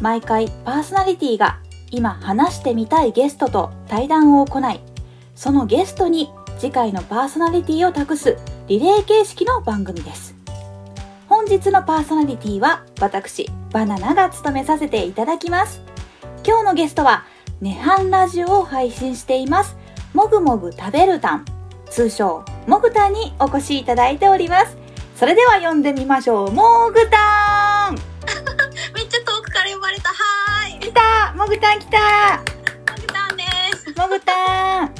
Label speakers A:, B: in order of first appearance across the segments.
A: 毎回パーソナリティが今話してみたいゲストと対談を行いそのゲストに次回のパーソナリティを託すリレー形式の番組です本日のパーソナリティは私バナナが務めさせていただきます今日のゲストは「ネハンラジオ」を配信していますもぐもぐ食べるたん通称もぐたんにお越しいただいておりますそれでは読んでみましょうもぐたん
B: めっちゃ遠くから呼ばれた。はーい。
A: 来たもぐたん来た
B: マグタンです。
A: もぐたん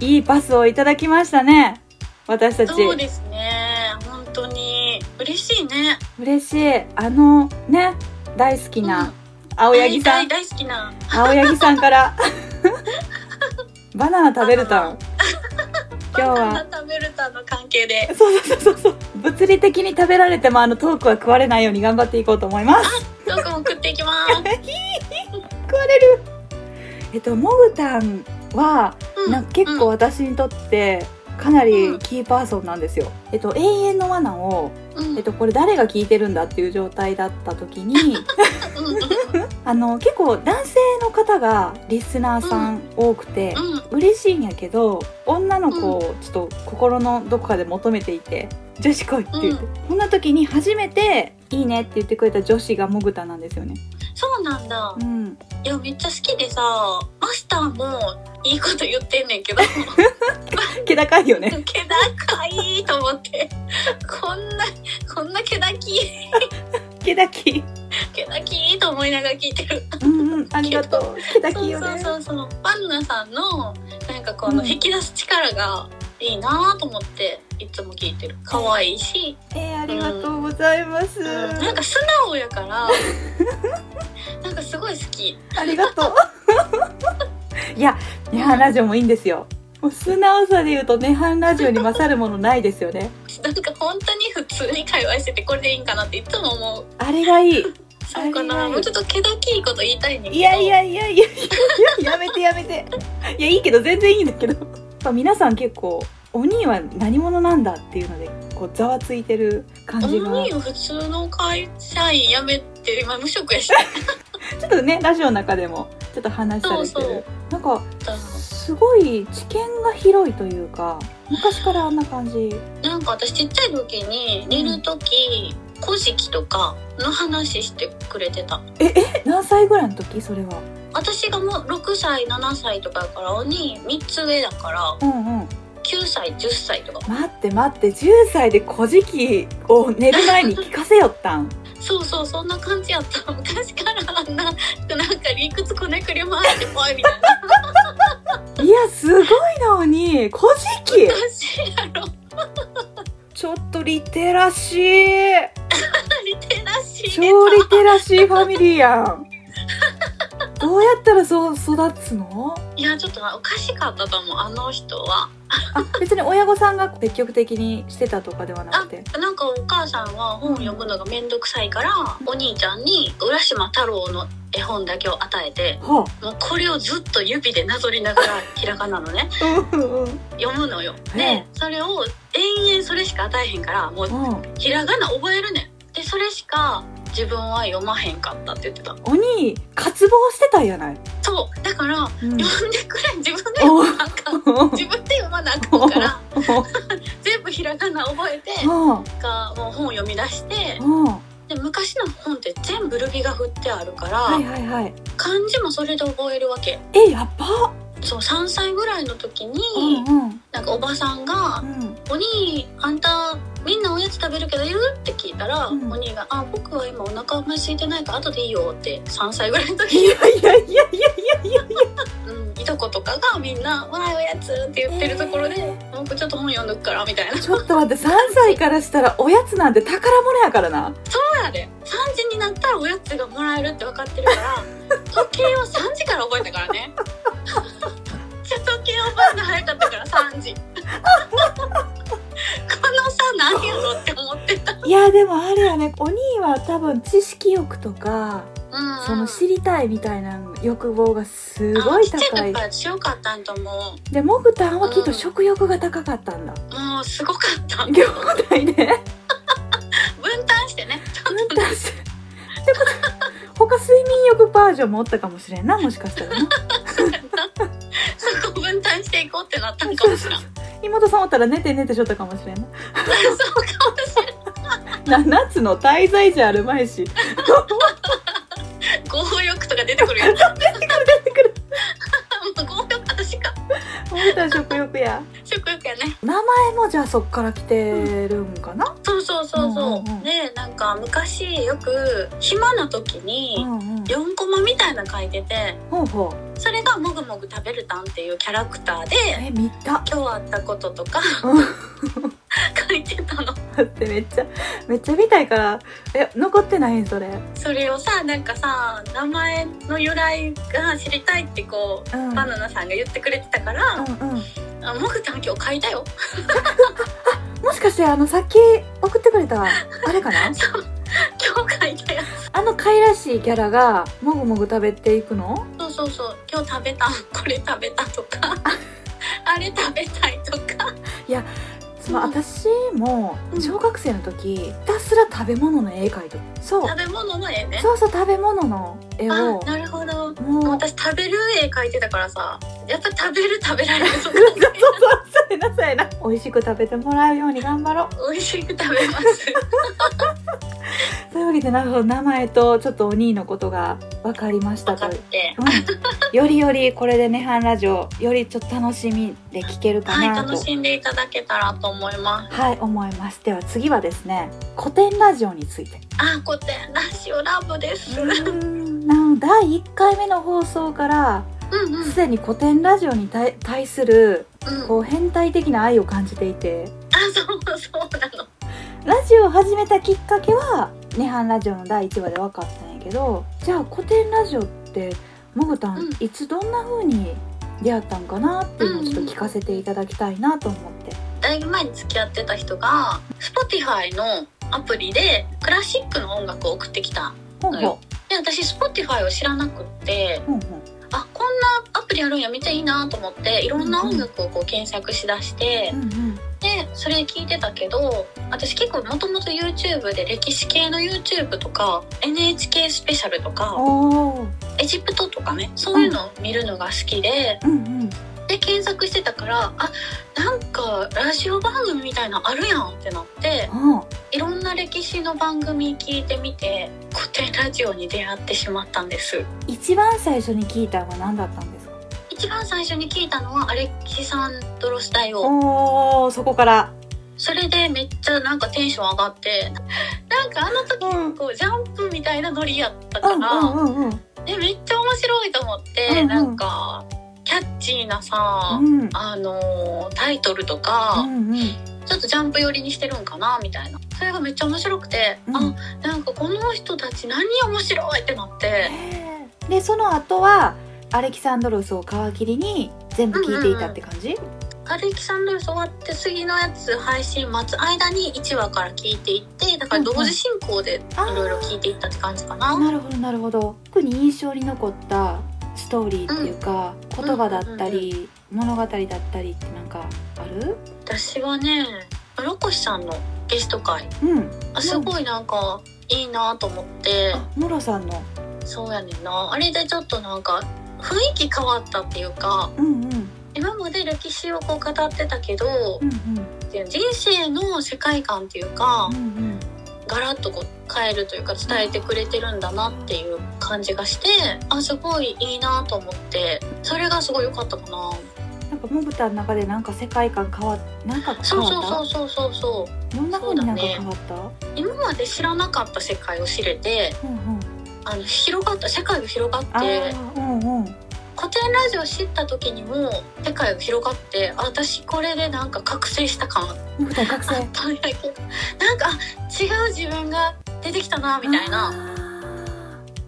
A: いいパスをいただきましたね私たち
B: そうですね。本当に嬉しいね。
A: 嬉しいあのね大好き
B: うん
A: な青柳さん、
B: 大大好きな。
A: 青柳さんからバナナ食べるた
B: あの
A: ん今日は
B: バナナ食べるたの関係で。
A: そうそうそうそう物理的に食べられてもあのトークは食われないように頑張っていこうと思います
B: どこも食っていきます。
A: 食われるえっともぐたんは
B: うん
A: なんか結構
B: うん
A: 私にとってかなりキーパーソンなんですよ、えっと永遠の罠を、
B: うん
A: えっと、これ誰が聞いてるんだっていう状態だった時 に
B: うんうん
A: あの結構男性の方がリスナーさん多くて、
B: うん
A: 嬉しいんやけど女の子をちょっと心のどこかで求めていて女子来いって言って、こんな時に初めて「いいね」って言ってくれた女子がもぐたなんですよね。
B: そうなんだ
A: う。ん、
B: いやめっちゃ好きでさ、マスターもいいこと言ってんねんけど、
A: 気高いよね
B: 気高いと思って、こんなこんな気高い
A: 気高い
B: 気高いと思いながら聞いてる。
A: うんうんありがとう気高いよ
B: そう
A: ね
B: そうそうそうパンナさんのなんかこの
A: うん
B: 引き出す力がいいなと思っていつも聞いてる可愛いし、
A: えー、ありがとうございます、
B: うんなんか素直やから なんかすごい好き
A: ありがとう いや「涅槃ラジオ」もいいんですよもう素直さで言うと「涅槃ラジオ」に勝るものないですよね
B: なんか本当に普通に会話しててこれでいいんかなっていつも思う
A: あれがいい
B: そうか
A: あれ
B: な
A: ね
B: もうちょっと気だきいこと言いたいねんけど
A: いやいやいやいやいややめてやめていやいいけど全然いいんだけどやっぱ皆さん結構お兄は何者なんだっていうのでこうざわついてる感じが
B: 思い
A: ちょ
B: よ普通の会社員辞めて今無職やし
A: っとねラジオの中でもちょっと話されてる
B: そうそう
A: なんかすごい知見が広いというか昔からあんな感じ
B: なんか私ちっちゃい時に寝る時「古事記」とかの話してくれてた
A: え何歳ぐらいの時それは
B: 私がもう6歳7歳とかやから鬼3つ上だから
A: うんうん
B: 9歳10歳とか
A: 待って待って10歳で「古事記」を寝る前に聞かせよった ん
B: そうそうそんな感じやった 昔からあんななんか理屈こねくり回して怖いみたいない
A: やすごいなおに「古事記」
B: 昔やろ
A: ちょっとリテラシー
B: リテラシー
A: 超
B: で
A: リテラシーファミリーやん どうやったらそう育つの
B: いやちょっとなおかしかったと思うあの人は
A: あ別に親御さんが積極的にしてたとかではなくて
B: なんかお母さんは本読むのがめんどくさいからお兄ちゃんに浦島太郎の絵本だけを与えて
A: は
B: もうこれをずっと指でなぞりながらひらがなのね
A: あうんうんうん
B: 読むのよ。
A: ええ
B: でそれを延々それしか与えへんからもうひらがな覚えるねん。でそれしか自分は読まへんかったって言ってた。
A: おに渇望してたんやない、
B: そうだから
A: うん
B: 読んでくれん自分で読まなあかん。自分で読まなあかんから全部ひらがな覚えて
A: うん
B: かもう本を読み出して
A: うんは
B: で昔の本って全部ルビが振ってあるから、
A: いはいはい
B: 漢字もそれで覚えるわけ。
A: えやっば
B: そう3歳ぐらいの時に、
A: うんうん
B: なんかおばさんが
A: うん
B: お兄あんたみんなおやつ食べるけどいるって聞いたら、
A: うん
B: お兄が「あ僕は今お腹あんまり空いてないから後でいいよ」って3歳ぐらいの
A: い
B: 時、
A: やいやいやいやいやいや
B: うん、いとことかがみんな「わあおやつ」って言ってるところで
A: え
B: 「僕ちょっと本読んどくから」みたいな
A: ちょっと待って3歳からしたらおやつなんて宝物やからな
B: そうやで3時になったらおやつがもらえるって分かってるから 時計を3時から覚えたからねじゃ時計覚えるの早かったから3時 この差何やろって思ってた、
A: いやでもあれやねお兄は多分知識欲とか
B: うんうん
A: その知りたいみたいな欲望がすごい
B: あちっちゃ
A: 高
B: い
A: い
B: 時から強かったんと思
A: でモグタンはきっと食欲が高かったんだ
B: うもうすごかった分
A: 兄弟で
B: 担してねちょっと
A: 他す睡眠欲バージョンもおったかもしれんなもしかした らな
B: そこ分担していこうってなったんかもしれんそう
A: 妹さんおったら寝て寝てしょったかもしれん
B: かもしれん
A: な7つの滞在じゃあるまいし
B: 強欲とか出てく るやつ
A: 出てくる
B: もう強欲私か
A: 俺た食欲や
B: 食欲やね
A: 名前もじゃあそっから来てるんかな、
B: そうそうそ
A: う
B: うそう,、
A: んうんうん
B: でなんか昔よく暇な時に
A: うんうん、
B: 4コマみたいなの書いてて
A: ほうほう
B: それが「もぐもぐ食べるたん」っていうキャラクターで
A: え見た
B: 今日あったこととか
A: うん
B: 書いてたの
A: 待ってめっちゃめっちゃ見たいからえ残ってないんそれ、
B: それをさなんかさ名前の由来が知りたいってこう
A: うん、
B: バナナさんが言ってくれてたから「
A: うんうん
B: あもぐちゃん今日書いたよ
A: もしかしてあのさっき送ってくれ たあれかな
B: 今日書いたよ
A: あのかいらしいキャラがもぐもぐ食べていくの」
B: そうそうそう「今日食べたこれ食べた」と か「あれ食べたい」とか
A: その
B: うん
A: 私も
B: うん
A: 小学生の時ひたすら食べ物の絵描いてるそう
B: 食べ物の絵ね
A: そうそう食べ物の絵
B: あ
A: を
B: なるほ
A: も
B: ど
A: うごめん
B: 私食べる絵描いてたからさやっぱ食べる食べられる とか
A: なさいな美味しく食べてもらうように頑張ろう
B: 美味しく食べます
A: というわけでなるほど名前とちょっとお兄のことが分かりました
B: 分
A: と
B: か
A: い
B: っ
A: う
B: て
A: うんよりよりこれで「涅槃ラジオ」よりちょっと楽しみで聞けるか
B: はい
A: なと、
B: 楽しんでいただけたらと思います
A: はい思いますでは次はですね古典ラジオについて
B: あこてラジオラブですうん
A: なん第1回目の放送から
B: うんうん
A: すでに古典ラジオに対対するこう変態的な愛を感じていて
B: あそうそうなの
A: ラジオを始めたきっかけは「涅槃ラジオ」の第1話で分かったんやけどじゃあ古典ラジオってもぐたん、
B: うん
A: いつどんな風に出会ったんかなっていうのをちょっと聞かせていただきたいなと思って。
B: だいぶ前に付き合ってた人が Spotify のアプリでクラシックの音楽を送ってきた
A: ほうほ
B: で私 Spotify を知らなくって
A: うほうほう
B: あこんなアプリあるんやめっちゃいいなと思っていろんな音楽をこう検索しだして
A: うんうん
B: でそれ聞いてたけど私結構もともと YouTube で歴史系の YouTube とか NHK スペシャルとか
A: おー
B: エジプトとかねそういうのを見るのが好きで
A: うんうん
B: で検索してたからあなんかラジオ番組みたいなのあるやんってなって
A: あ
B: いろんな歴史の番組聞いてみて古典ラジオに出会ってしまったんです。
A: 一番最初に聞いたのは何だったんですか
B: 一番最初に聞いたのはアレキサンドロス大王
A: おおそこから
B: それでめっちゃなんかテンション上がってなんかあの時
A: うん
B: こうジャンプみたいなノリやった
A: う
B: か
A: ん
B: ら、
A: うんうんうん
B: でめっちゃ面白いと思って、
A: うんうん
B: なんかキャッチーなさ、
A: うん
B: あのータイトルと
A: う
B: か、
A: んうん
B: ちょっとジャンプ寄りにしてるんかなみたいなそれがめっちゃ面白くて、
A: うん
B: あなんかこの人たち何面白いってなって
A: へーでその後はアレキサンドロスを皮切りに全部聞いていたって感じ、
B: アレキサンドロス終わって次のやつ配信待つ間に1話から聞いていってだから同時進行でいろいろ聞いていったって感じかな。
A: なるほどなるほど特に印象に残ったストーリーっていうか、言葉だったり、物語だったりってなんかある
B: 私はね室越さんのゲスト会
A: うん
B: あすごいなんかいいなと思って、
A: あムロさんの
B: そうやねんなあれでちょっとなんか雰囲気変わったっていうか
A: うんうんうん
B: 今まで歴史をこう語ってたけど
A: うん
B: 人生の世界観っていうか
A: うんうん
B: ガラッとこう変えるというか伝えてくれてるんだなっていう感じがしてあすごいいいなと思ってそれがすごい良かったかな
A: なんかモブタの中でなんか世界観変わっなんか変
B: そう
A: わった
B: そうそうそうそうそう
A: どんな風になんか
B: そうだね
A: 変わった
B: 今まで知らなかった世界を知れて
A: うんうん
B: あの広がった世界が広がっ
A: あ
B: て
A: ーうんうん
B: 古典ラジオ知った時にも世界が広がってあ私これでなんか覚醒した感あっ
A: モブタ覚
B: たん
A: 醒
B: やけどなんかあ違う自分が出てきたなみたいな
A: な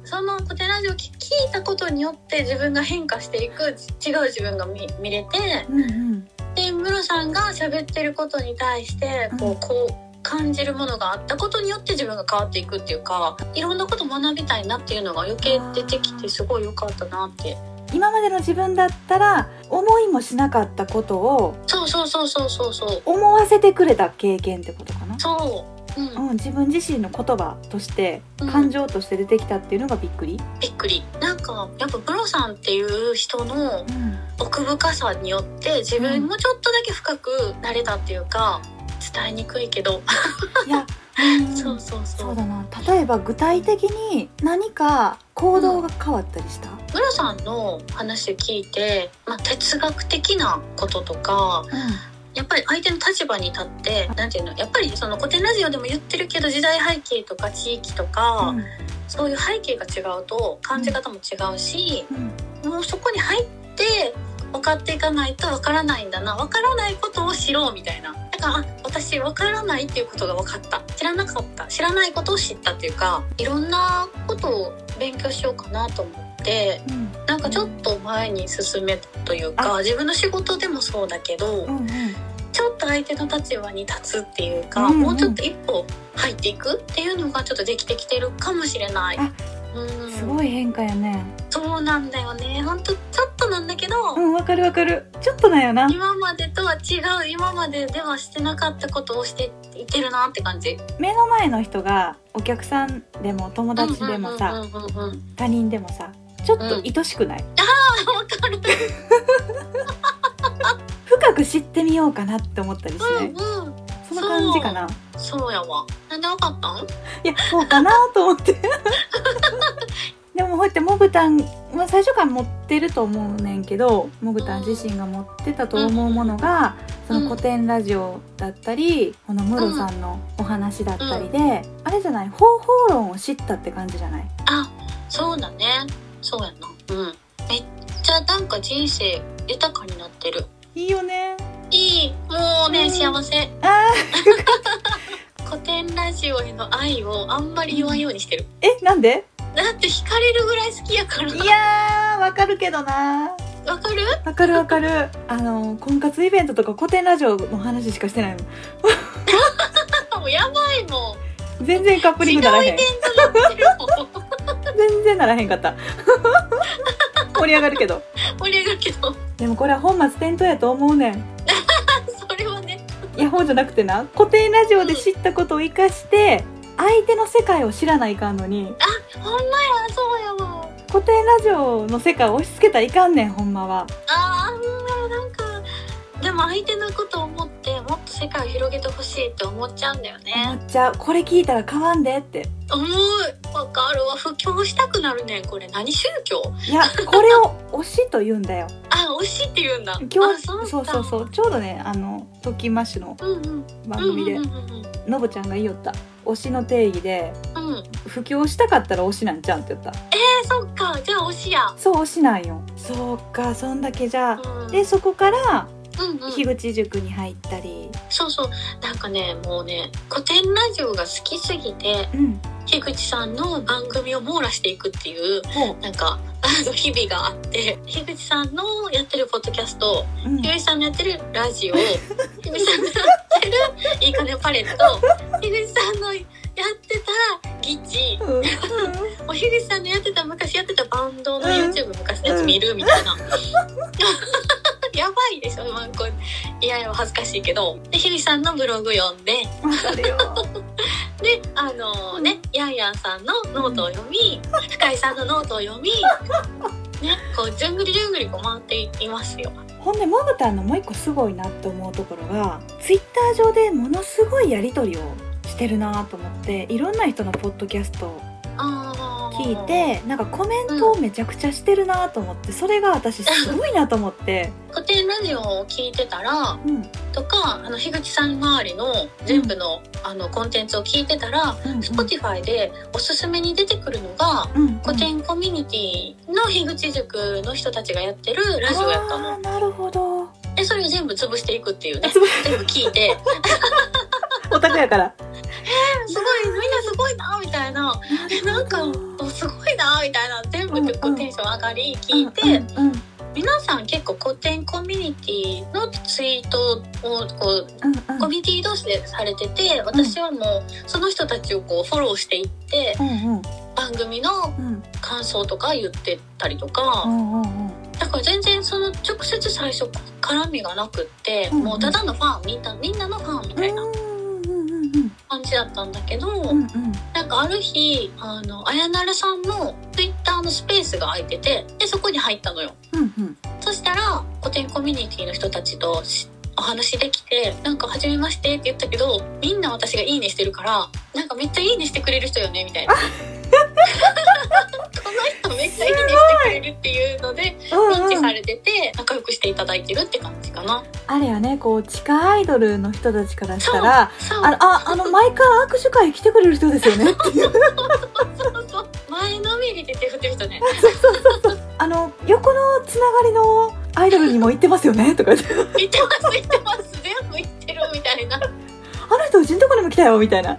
B: その古典ラジオ聞聞いたことによって自分が変化していくち違う自分が見見れて
A: うんうん
B: でムロさんが喋ってることに対してこう,、
A: うん
B: こう感じるものがあったことによって自分が変わっていくっていうかいろんなこと学びたいなっていうのが余計出てきてすごい良かったなって
A: 今までの自分だったら思いもしなかったことを
B: そうそうそうそうそうそう
A: 思わせてくれた経験ってことかな
B: そううん
A: うん、自分自身の言葉として
B: うん
A: 感情として出てきたっていうのがびっくり、
B: びっくりなんかやっぱプロさんっていう人の奥深さによって自分もちょっとだけ深くなれたっていうか伝えにくいけど、
A: いや、うん
B: そうそうそ
A: そううだな例えば具体的に何か行動が変わったりした、
B: プロさんの話聞いて、まあ、哲学的なこととかやっぱり相手の立場に立ってなんていうのやっぱりその古典ラジオでも言ってるけど時代背景とか地域と
A: う
B: か、
A: ん
B: そういう背景が違うと感じ方も違うし、
A: うん
B: もうそこに入って分かっていかないと分からないんだな分からないことを知ろうみたいなだからあ私分からないっていうことが分かった知らなかった知らないことを知ったっていうかいろんなことを勉強しようかなと思って
A: うん
B: なんかちょっと前に進めたというか自分の仕事でもそうだけど
A: うんうん
B: ちょっと相手の立場に立つっていうか、
A: うんうん
B: もうちょっと一歩入っていくっていうのがちょっとできてきてるかもしれない
A: あ。
B: うん、
A: すごい変化やね
B: そうなんだよねほんとちょっとなんだけど、
A: うんわかるわかるちょっとなんよな
B: 今までとは違う今までではしてなかったことをしていってるなって感じ
A: 目の前の人がお客さんでも友達でもさ、
B: うんうんうんうんうん
A: 他人でもさちょっと愛しくない、
B: あわかる
A: 深く知ってみようかなって思ったりしない、
B: うんうん
A: そんな感じかな
B: そうやわなんでわかったん
A: いやそうかなと思ってでもこうやってモグタン、まあ、最初から持ってると思うねんけどモグタン自身が持ってたと思うものが、
B: うん
A: その古典ラジオだったりこのムロさんのお話だったりで、あれじゃない方法論を知ったって感じじゃない
B: あそうだねそうやなうんめっちゃなんか人生豊かになってる
A: いいよね
B: いいもうね、
A: うん
B: 幸せ
A: あ
B: 古典ラジオへの愛をあんまり言わんようにしてる
A: ーえなんで
B: だって惹かれるぐらい好きやから
A: いやーわかるけどな
B: わかる
A: わかるわかるあの婚活イベントとか古典ラジオの話しかしてないも
B: もうやばいもん
A: ん全然カップリングならへん
B: 全然なってるもん
A: 全然ならへんかった盛り上がるけど
B: 盛り上がるけど
A: でもこれは本末転倒やと思うねん
B: それはね
A: いや本じゃなくてな古典ラジオで知ったことを生かして相手の世界を知らないかんのに
B: ほんまやそうやわ
A: 古典ラジオの世界を押し付けたらいかんねんほんまは
B: あーなんかでも相手のことを思ってもっと世界を広げてほしいって思っちゃうんだよ
A: 思
B: ね
A: っちゃうこれ聞いたら変わんでって
B: 思うわかるわ布教したくなるねこれ何宗教
A: いやこれを推しと言うんだよ
B: あ推しって言うんだ
A: 今
B: あ
A: 日
B: そう
A: そうそうそうちょうどねあの「トキマッシュ」の
B: ううんうん
A: 番
B: うんう
A: 組
B: ん
A: で
B: うん
A: のぶちゃんが言いよった推しの定義で
B: うんうん
A: 布教したかったら推しなんちゃうんって言った
B: えそっかじゃあ推しや
A: そう推しなんよそうかそんだけじゃあ
B: うん
A: でそこから
B: うんうん
A: 樋口塾に入ったり
B: そうそうなんかねもうね古典ラジオが好きすぎて
A: うん
B: 樋口さんの番組を網羅していくっていう
A: ほ
B: なんかあの日々があって樋口さんのやってるポッドキャスト
A: う、うん、
B: 樋口さんのやってる ラジオ樋口さんのやってる「いいかねパレット」樋口さんのやってた「ギチ
A: うんうん」
B: お樋口さんのやってた昔やってたバンドの
A: うん
B: YouTube 昔のやつ見るみたいな。 やばいでしょ、まあ、これいやいや恥ずかしいけどで樋口さんのブログ読んで
A: わかるよ
B: であのね、ヤンヤンさんのノートを読み、深井さんのノートを読みねこうじゅんぐりじゅんぐりこう回っていますよ。
A: ほんでもぐたんのもう一個すごいなって思うところがツイッター上でものすごいやり取りをしてるなと思っていろんな人のポッドキャストを
B: あー
A: 聞いてなんかコメントをめちゃくちゃしてるなと思ってそれが私すごいなと思って、
B: 古典ラジオを聞いてたら
A: うん
B: とかあの樋口さん周りの全部の,、あのコンテンツを聞いてたら
A: うんうん
B: Spotify でおすすめに出てくるのが
A: うんうん
B: 古典コミュニティの樋口塾の人たちがやってるラジオやった
A: あ
B: の。
A: ーなるほど
B: でそれを全部潰していくっていうね
A: 潰
B: 全部聞 いて
A: オタクやから
B: すごいみんなすごいなみたいなえなんかおすごいなみたいな全部結
A: うんう
B: 構
A: ん
B: テンション上がり聞いて、
A: うんうん
B: 皆さん結構古典コミュニティのツイートをこう
A: うん
B: コミュニティ同士でされてて私はもうその人たちをこうフォローしていって
A: うんうん
B: 番組の
A: うん
B: 感想とか言ってたりとか。
A: うんうんうん
B: だから全然その直接最初絡みがなくって、
A: うんうん
B: もうただのファンみんなみんなのファンみたいな、
A: うんうんうんうん
B: 感じだったんだけど、
A: うんうん
B: なんかある日あの綾成さんのツイッターのスペースが空いててでそこに入ったのよ。
A: うんうん
B: そしたら古典コミュニティの人たちとしお話できて「なんか初めまして」って言ったけどみんな私が「いいね」してるから「なんかめっちゃいいねしてくれる人よね」みたいな。この人めっちゃいいねしてくれるっていうの で認知
A: うん
B: されてて仲良くしていただいてるって感じかな。
A: あれやねこう地下アイドルの人たちからしたら
B: そう
A: あのああの毎回握手会来てくれる人ですよねっていう
B: そうそう前のめりで手振ってる人ね
A: あの横のつながりのアイドルにも行ってますよねとか言って
B: 「行ってます行ってます全部行ってる」みたいな
A: あの人うちのとこにも来たよみたいな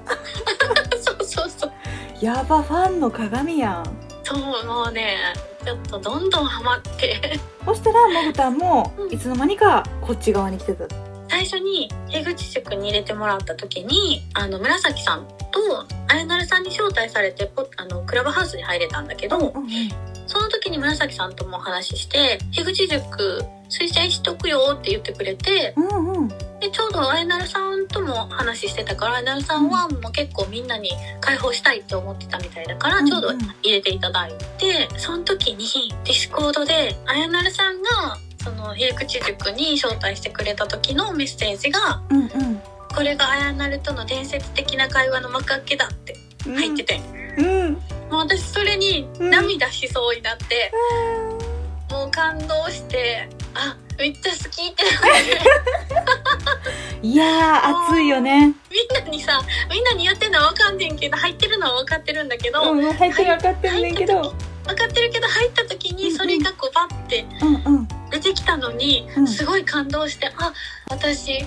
B: そうそうそう。
A: やばファンの鏡やん
B: そうもうねちょっとどんどんハマって
A: そしたらもぐたんも
B: うん
A: いつの間にかこっち側に来てた
B: 最初に江口塾に入れてもらった時にあの紫さんと綾成さんに招待されてポあのクラブハウスに入れたんだけど、
A: うんうん
B: その時に紫さんともお話しして江口塾推薦しとくよって言ってくれて
A: うんうん
B: でちょうど綾成さんとも話してたから綾成さんはもう結構みんなに解放したいって思ってたみたいだから、ちょうど
A: んん
B: 入れていただいてその時にディスコードであやなるさんがその家口塾に招待してくれた時のメッセージが
A: うんうん
B: 「これがあやなるとの伝説的な会話の幕開けだ」って
A: うん
B: 入ってて、
A: うん
B: もう私それに涙しそうになって、もう感動して「あめっちゃ好き」って
A: いやー熱いよね
B: みんなにさみんなにやってんのは分かんねんけど入ってるのは分かってるんだけど。
A: うん入ってる分かってるねんけど
B: 分かってるけど入った時にそれがこうバッて
A: うんうん
B: 出てきたのに、
A: うん
B: すごい感動してあ私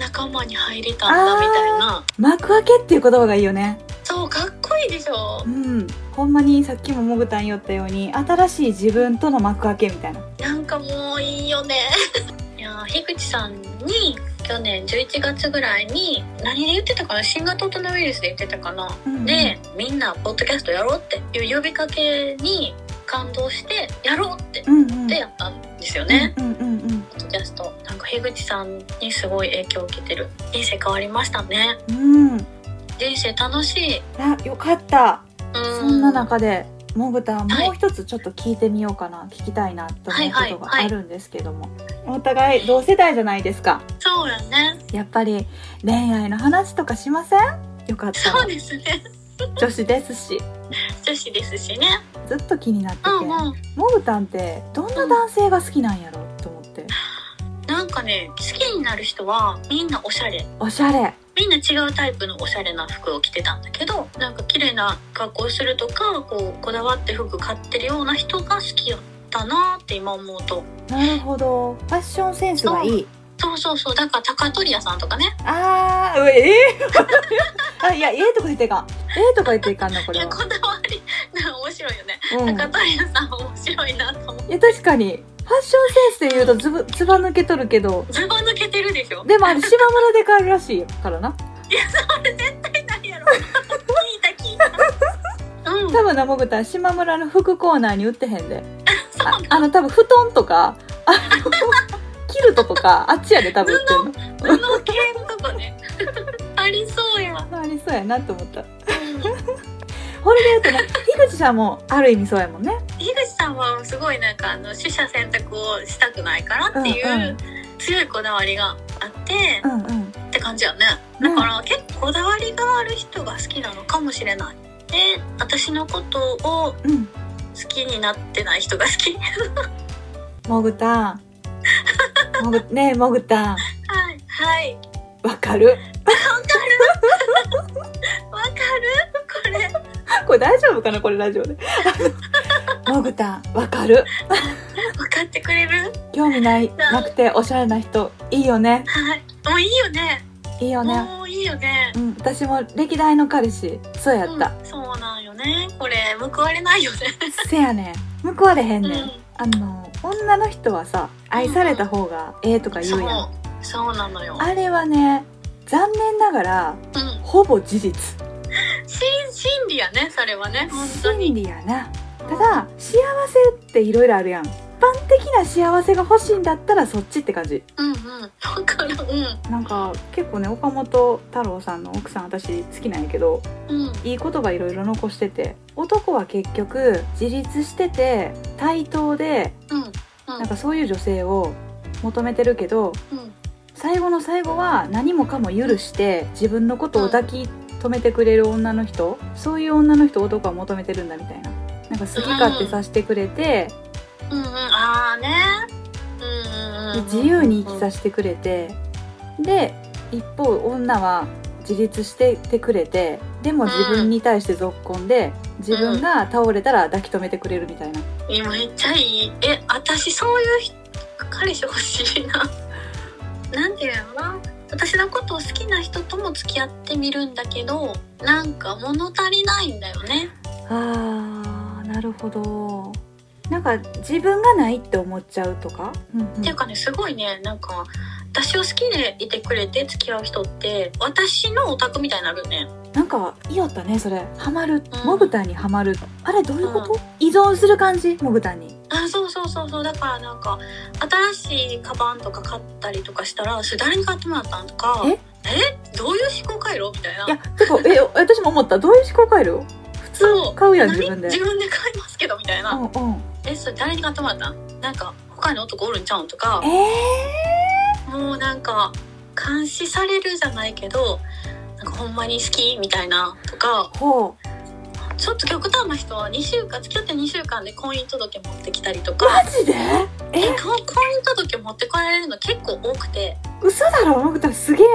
B: 仲間に入れたんだみたいな
A: 幕開けっていう言葉がいいよね
B: そうかっこいいでしょ
A: うんほんまにさっきももぐたん言ったように新しい自分との幕開けみたいな
B: なんかもういいよね いやー樋口さんに去年11月ぐらいに何で言ってたかな新型コロナウイルスで言ってたかな、
A: うんうん
B: でみんなポッドキャストやろうっていう呼びかけに感動してやろうって
A: うんうん
B: でやったんですよね、
A: うんうんうん
B: ポッドキャストなんか樋口さんにすごい影響を受けてる人生変わりましたね
A: うんうん
B: 人生楽しい
A: あよかったそんな
B: か
A: 中でもぐたん
B: はい
A: もう一つちょっと聞いてみようかな、聞きたいなと思うことが
B: はいはいはい
A: あるんですけども、お互い同世代じゃないですか
B: そうやね
A: やっぱり恋愛の話とかしませんよかった
B: そう
A: ら
B: ですね
A: 女子ですし
B: 女子ですしね
A: ずっと気になってて、
B: うんうん
A: もぐたんってどんな男性が好きなんやろと思って
B: なんかね好きになる人はみんなおしゃれ
A: おしゃれ
B: みんな違うタイプのおしゃれな服を着てたんだけどなんか綺麗な格好するとかこうこだわって服買ってるような人が好きやったなって今思うと
A: なるほどファッションセンスがいい
B: そうそうそうだから高取屋さんとかね
A: あーうええ あいやええとか言っていかんええとか言っていかんなこ
B: い
A: れ
B: や
A: は
B: こ、だわりなんか面白いよね、
A: うん、
B: 高取屋さん面白いなと思う
A: いや確かにファッションセンスで言うとずぶつば抜けとるけど
B: ズボン抜けてるでしょ
A: でもあれ島村で買えるらしいからない
B: やそれ絶対ないやろ聞いた聞いた うん
A: 多分なもぐたん島村の服コーナーに売ってへんで
B: そう
A: ああの多分布団とかあのキルトとかあっちやで多分売って
B: 布系のとこね ありそう や、
A: んのありそうやなと思った
B: うん、
A: これで言うとね樋口さんもある意味そうやもんね
B: 樋口さんはすごいなんかあの取捨選択をしたくないからってい
A: うんう
B: うん強いこだわりがあって、
A: うんうん
B: って感じやねだから結構こだわりがある人が好きなのかもしれないで私のことを
A: うん
B: 好きになってない人が好き
A: もぐたんもぐねえもぐたん
B: はいはい
A: わかる
B: わかるこれ
A: これ大丈夫かなこれラジオであのもぐたんわかる
B: 分かってくれる
A: 興味ないなくておしゃれな人いいよね
B: はいもういいよね
A: いいよね
B: もういいよね
A: うん私も歴代の彼氏そうやった、
B: うん、そうなんよねこれ報われないよね
A: せやねん報われへんねん、
B: うん
A: あの女の人はさ愛された方がええとか言
B: そうう
A: やん、
B: そうなのよ、
A: あれはね残念ながら
B: うん、
A: ほぼ事実
B: し心理やねそれはね本当に
A: 真理やなただ幸せっていろいろあるやん般的な幸せが欲しいんだったらそっちって感じ
B: うんうんわかる
A: なんか結構ね岡本太郎さんの奥さん私好きなんやけど
B: うんうん
A: いい言葉いろいろ残してて男は結局自立してて対等で
B: うん
A: なんかそういう女性を求めてるけど
B: うん
A: 最後の最後は何もかも許して自分のことを抱き止めてくれる女の人そういう女の人を男は求めてるんだみたいななんか好き勝手させてくれて、
B: うんうんああねうんうん
A: で
B: うん
A: 自由に生きさせてくれてで一方女は自立しててくれてでも自分に対してぞっこんで自分が倒れたら抱き止めてくれるみたいな
B: えめっちゃいいえ私そういう人彼氏欲しいななんていうのかな私のことを好きな人とも付き合ってみるんだけどなんか物足りないんだよね
A: あーなるほどなんか自分がないって思っちゃうとか、うんうん
B: っていうかねすごいねなんか私を好きでいてくれて付き合う人って私のオタクみたいになるね
A: なんかいいよったねそれハマる
B: うん
A: モグタンにハマる、あれどういうこと、依存する感じモグタンに
B: あそうそうそうそうだからなんか新しいカバンとか買ったりとかしたらそれ誰に買ってもらったんとか
A: え
B: えどういう思考回路みたいない
A: やてか え私も思ったどういう思考回路普
B: そう
A: 通買うやん自
B: 何
A: 分で
B: 自分で買いますけどみたいな、
A: うんうん
B: えそれ誰に買ってもらったんなんか他に男おるんちゃうんとか
A: え
B: もうなんか監視されるじゃないけどなんかほんまに好きみたいなとか
A: ー、ほ
B: ちょっと極端な人は2週間付き合って2週間で婚姻届持ってきたりと
A: うマ
B: か
A: ジで
B: え
A: え
B: 婚婚姻届持ってこられるの結構多くて
A: 嘘だろモグタンすげえ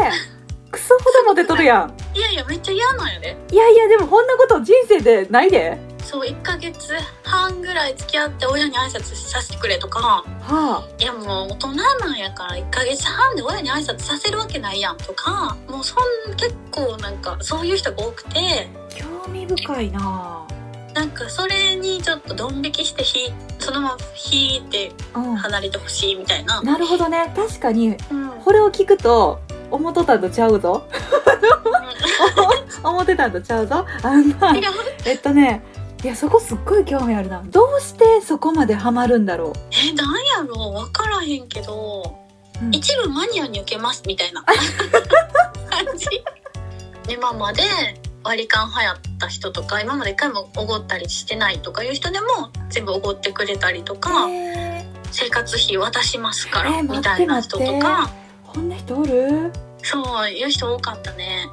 A: クソほどモテとるやん
B: いやいやめっちゃ嫌なんやで
A: いやいやでもこんなこと人生でないで
B: そう1ヶ月半ぐらい付き合って親に挨拶させてくれとか
A: はい
B: やもう大人なんやから1ヶ月半で親に挨拶させるわけないやんとかもうそん結構なんかそういう人が多くて
A: あ興味深いな
B: なんかそれにちょっとドン引きしてひそのまま引いて
A: あうん
B: 離れてほしいみたいな、
A: なるほどね確かに
B: うん、
A: これを聞くと思っとったんとちゃうぞ思ってたんとちゃうぞあんな
B: 違う
A: えっとねいやそこすっごい興味あるなどうしてそこまでハマるんだろ
B: えなんやろう分からへんけど
A: う、うん
B: 一部マニアに受けますみたいな感じ今まで割り勘流行った人とか今まで一回もおごったりしてないとかいう人でも全部おごってくれたりとか、
A: えー
B: 生活費渡しますか
A: え
B: ら
A: ー
B: みたいな人とか、
A: こんな人おる
B: そういう人多かったね。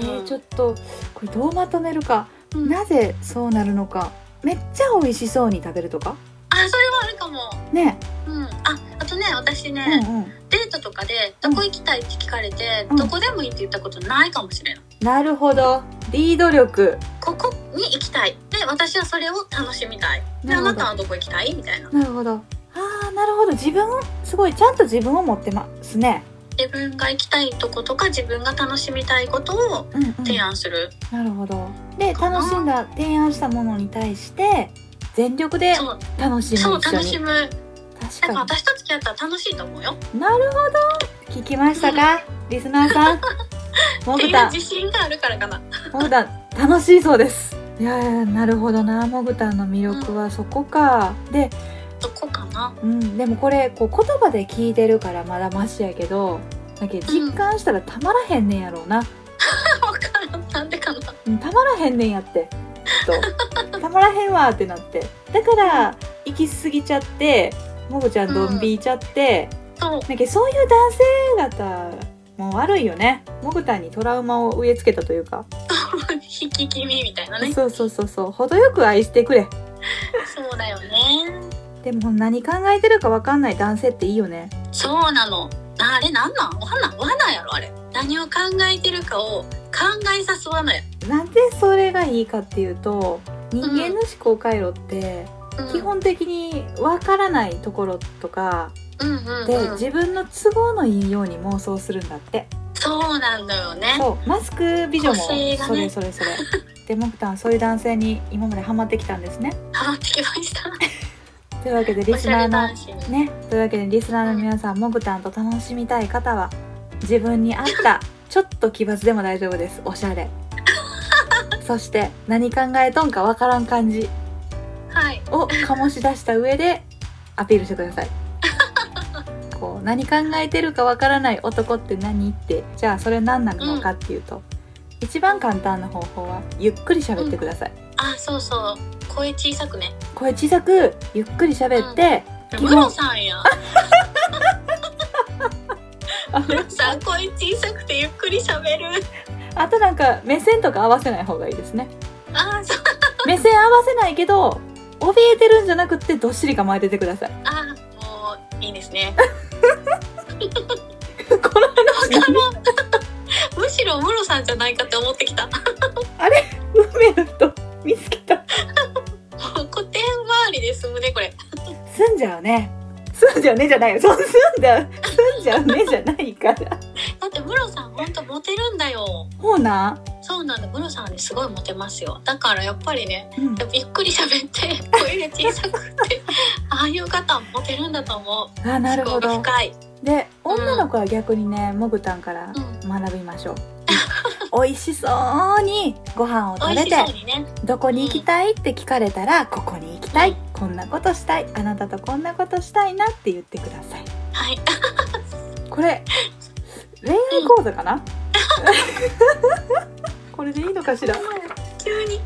A: え
B: うん
A: ー、ちょっとこれどうまとめるか
B: うんあ
A: なぜそうなるのかめっちゃ美味しそうに食べるとか
B: それはあるかも。
A: ね
B: うん、ああとね私ね、
A: うんうん
B: デートとかで「どこ行きたい?」って聞かれて、
A: うん
B: どこでもいいって言ったことないかもしれない。
A: なるほどリード力
B: ここに行きたいで私はそれを楽しみたいで
A: な
B: あ
A: るほど
B: なたはどこ行きたいみたいな
A: なるほどあーなるほど自分すごいちゃんと自分を持ってますね
B: 自分が行きたいとことか自分が楽しみたいことを
A: うん、うん、
B: 提案する、
A: なるほどで
B: かな
A: 楽しんだ提案したものに対して全力で
B: そう
A: 楽しむ一
B: そ
A: 緒
B: う楽し
A: に
B: むな
A: 確
B: んか
A: か
B: 私と付き合ったら楽しいと思うよ
A: になるほど聞きましたかリスナー さんモ
B: って
A: グ
B: いう
A: タン
B: 自信があるからかな
A: モグタン楽しいそうですいやいやなるほどなモグタンの魅力はそこか、で、
B: どこかな
A: うん、でもこれこう言葉で聞いてるからまだマシやけどだけど実感したらたまらへんねんやろうな、
B: わからんなんでかな
A: うんたまらへんねんやってきっ とたまらへんわーってなってだから行き過ぎちゃってもぐちゃんどんびいちゃって、
B: そう
A: なんかそういう男性方も悪いよねもぐたんにトラウマを植え付けたというか、
B: 引き気味みたいなね
A: そうそうそうそう程よく愛してくれ
B: そうだよね
A: でも何考えてるかわかんない男性っていいよね
B: そうなのあれなんなんお花お花やろあれ何を考えてるかを考えさす罠や、
A: なんでそれがいいかっていうと人間の思考回路って
B: うん、
A: 基本的にわからないところとか
B: うんうん
A: で
B: うん
A: 自分の都合のいいように妄想するんだって
B: そうなんだよ ね
A: そうマスク美女も
B: 個
A: そ
B: 性
A: れ
B: がね
A: それそれ でモクタンはそういう男性に今までハマってきたんですね
B: ハマってきました
A: というわけで
B: お
A: リス
B: し
A: ナー
B: ゃれ
A: の
B: 男子に、
A: ねというわけでリスナーの皆さんモクタンと楽しみたい方は自分に合ったちょっと奇抜でも大丈夫ですおしゃ れそして何考えとんかわからん感じ
B: はい
A: を醸し出した上でアピールしてく ださいこう何考えてるかわからない男って何ってじゃあそれ何なのかっていうと、一番簡単な方法はゆっくり喋ってください、
B: あそうそう声小さくね
A: 声小さくゆっくり喋って、基
B: ム
A: 本
B: ロさんや
A: あ
B: ムロさん声小さくてゆっくり喋る
A: あとなんか目線とか合わせない方がいいですね
B: あそう
A: 目線合わせないけど怯えてるんじゃなくってどっしり構えててください
B: あもういいですね
A: この話
B: むしろムロさんじゃないかって思ってきた
A: 運命の人見つけた
B: もう古典周りで済むねこれ
A: 住んじゃうね住んじゃうねじゃないよそう住んじゃう住んじゃうねじゃないから
B: だってムロさんほんとモテるんだよ
A: ほうな、
B: そうなんだムロさんねすごいモテますよだからやっぱりね
A: うん
B: ゆっくり喋って声が小さくてああいう方モテるんだと思う
A: あなるほ
B: 思
A: ど
B: 考が深い
A: で女の子は逆にねもぐたんから
B: う
A: 学びましょう 美味しそうにご飯を食
B: 美
A: べ
B: 味してそうにね
A: どこに行きたいって聞かれたら、ここに行きたいこんなことしたいあなたとこんなことしたいなって言ってください
B: はい
A: こ れ恋愛講座かな、 これでいいのかしら
B: 急に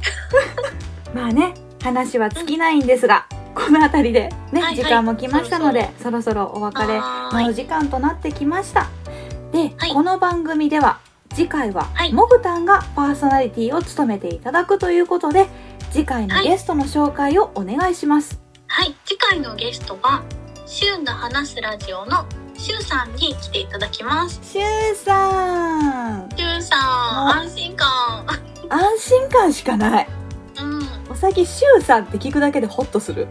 A: まあね話は尽きないんですが、この辺りでね、
B: はいはい
A: 時間も来ましたのでそろそろお別れ
B: はー
A: のお
B: い
A: 時間となってきましたで、
B: はい
A: この番組では次回は
B: はい
A: もぐたんがパーソナリティを務めていただくということで次回の
B: はい
A: ゲストの紹介をお願いします
B: はい次回のゲストはシュンの話すラジオのシュウさんに来ていただきます
A: しゅうさん
B: シュウさん
A: あ
B: 安心感
A: 安心感しかない
B: うん
A: お最近しゅうさんって聞くだけでホッとする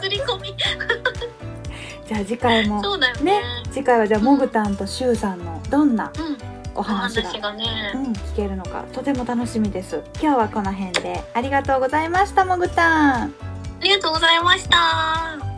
B: すり 込み
A: じゃあ次回も
B: そうだよね
A: ね次回はじゃあ
B: うん
A: もぐたんとしゅうさんのどんな
B: うん
A: お
B: お
A: 話が
B: 話がね、
A: うん、聞けるのかとても楽しみです今日はこの辺でありがとうございましたもぐたん
B: ありがとうございました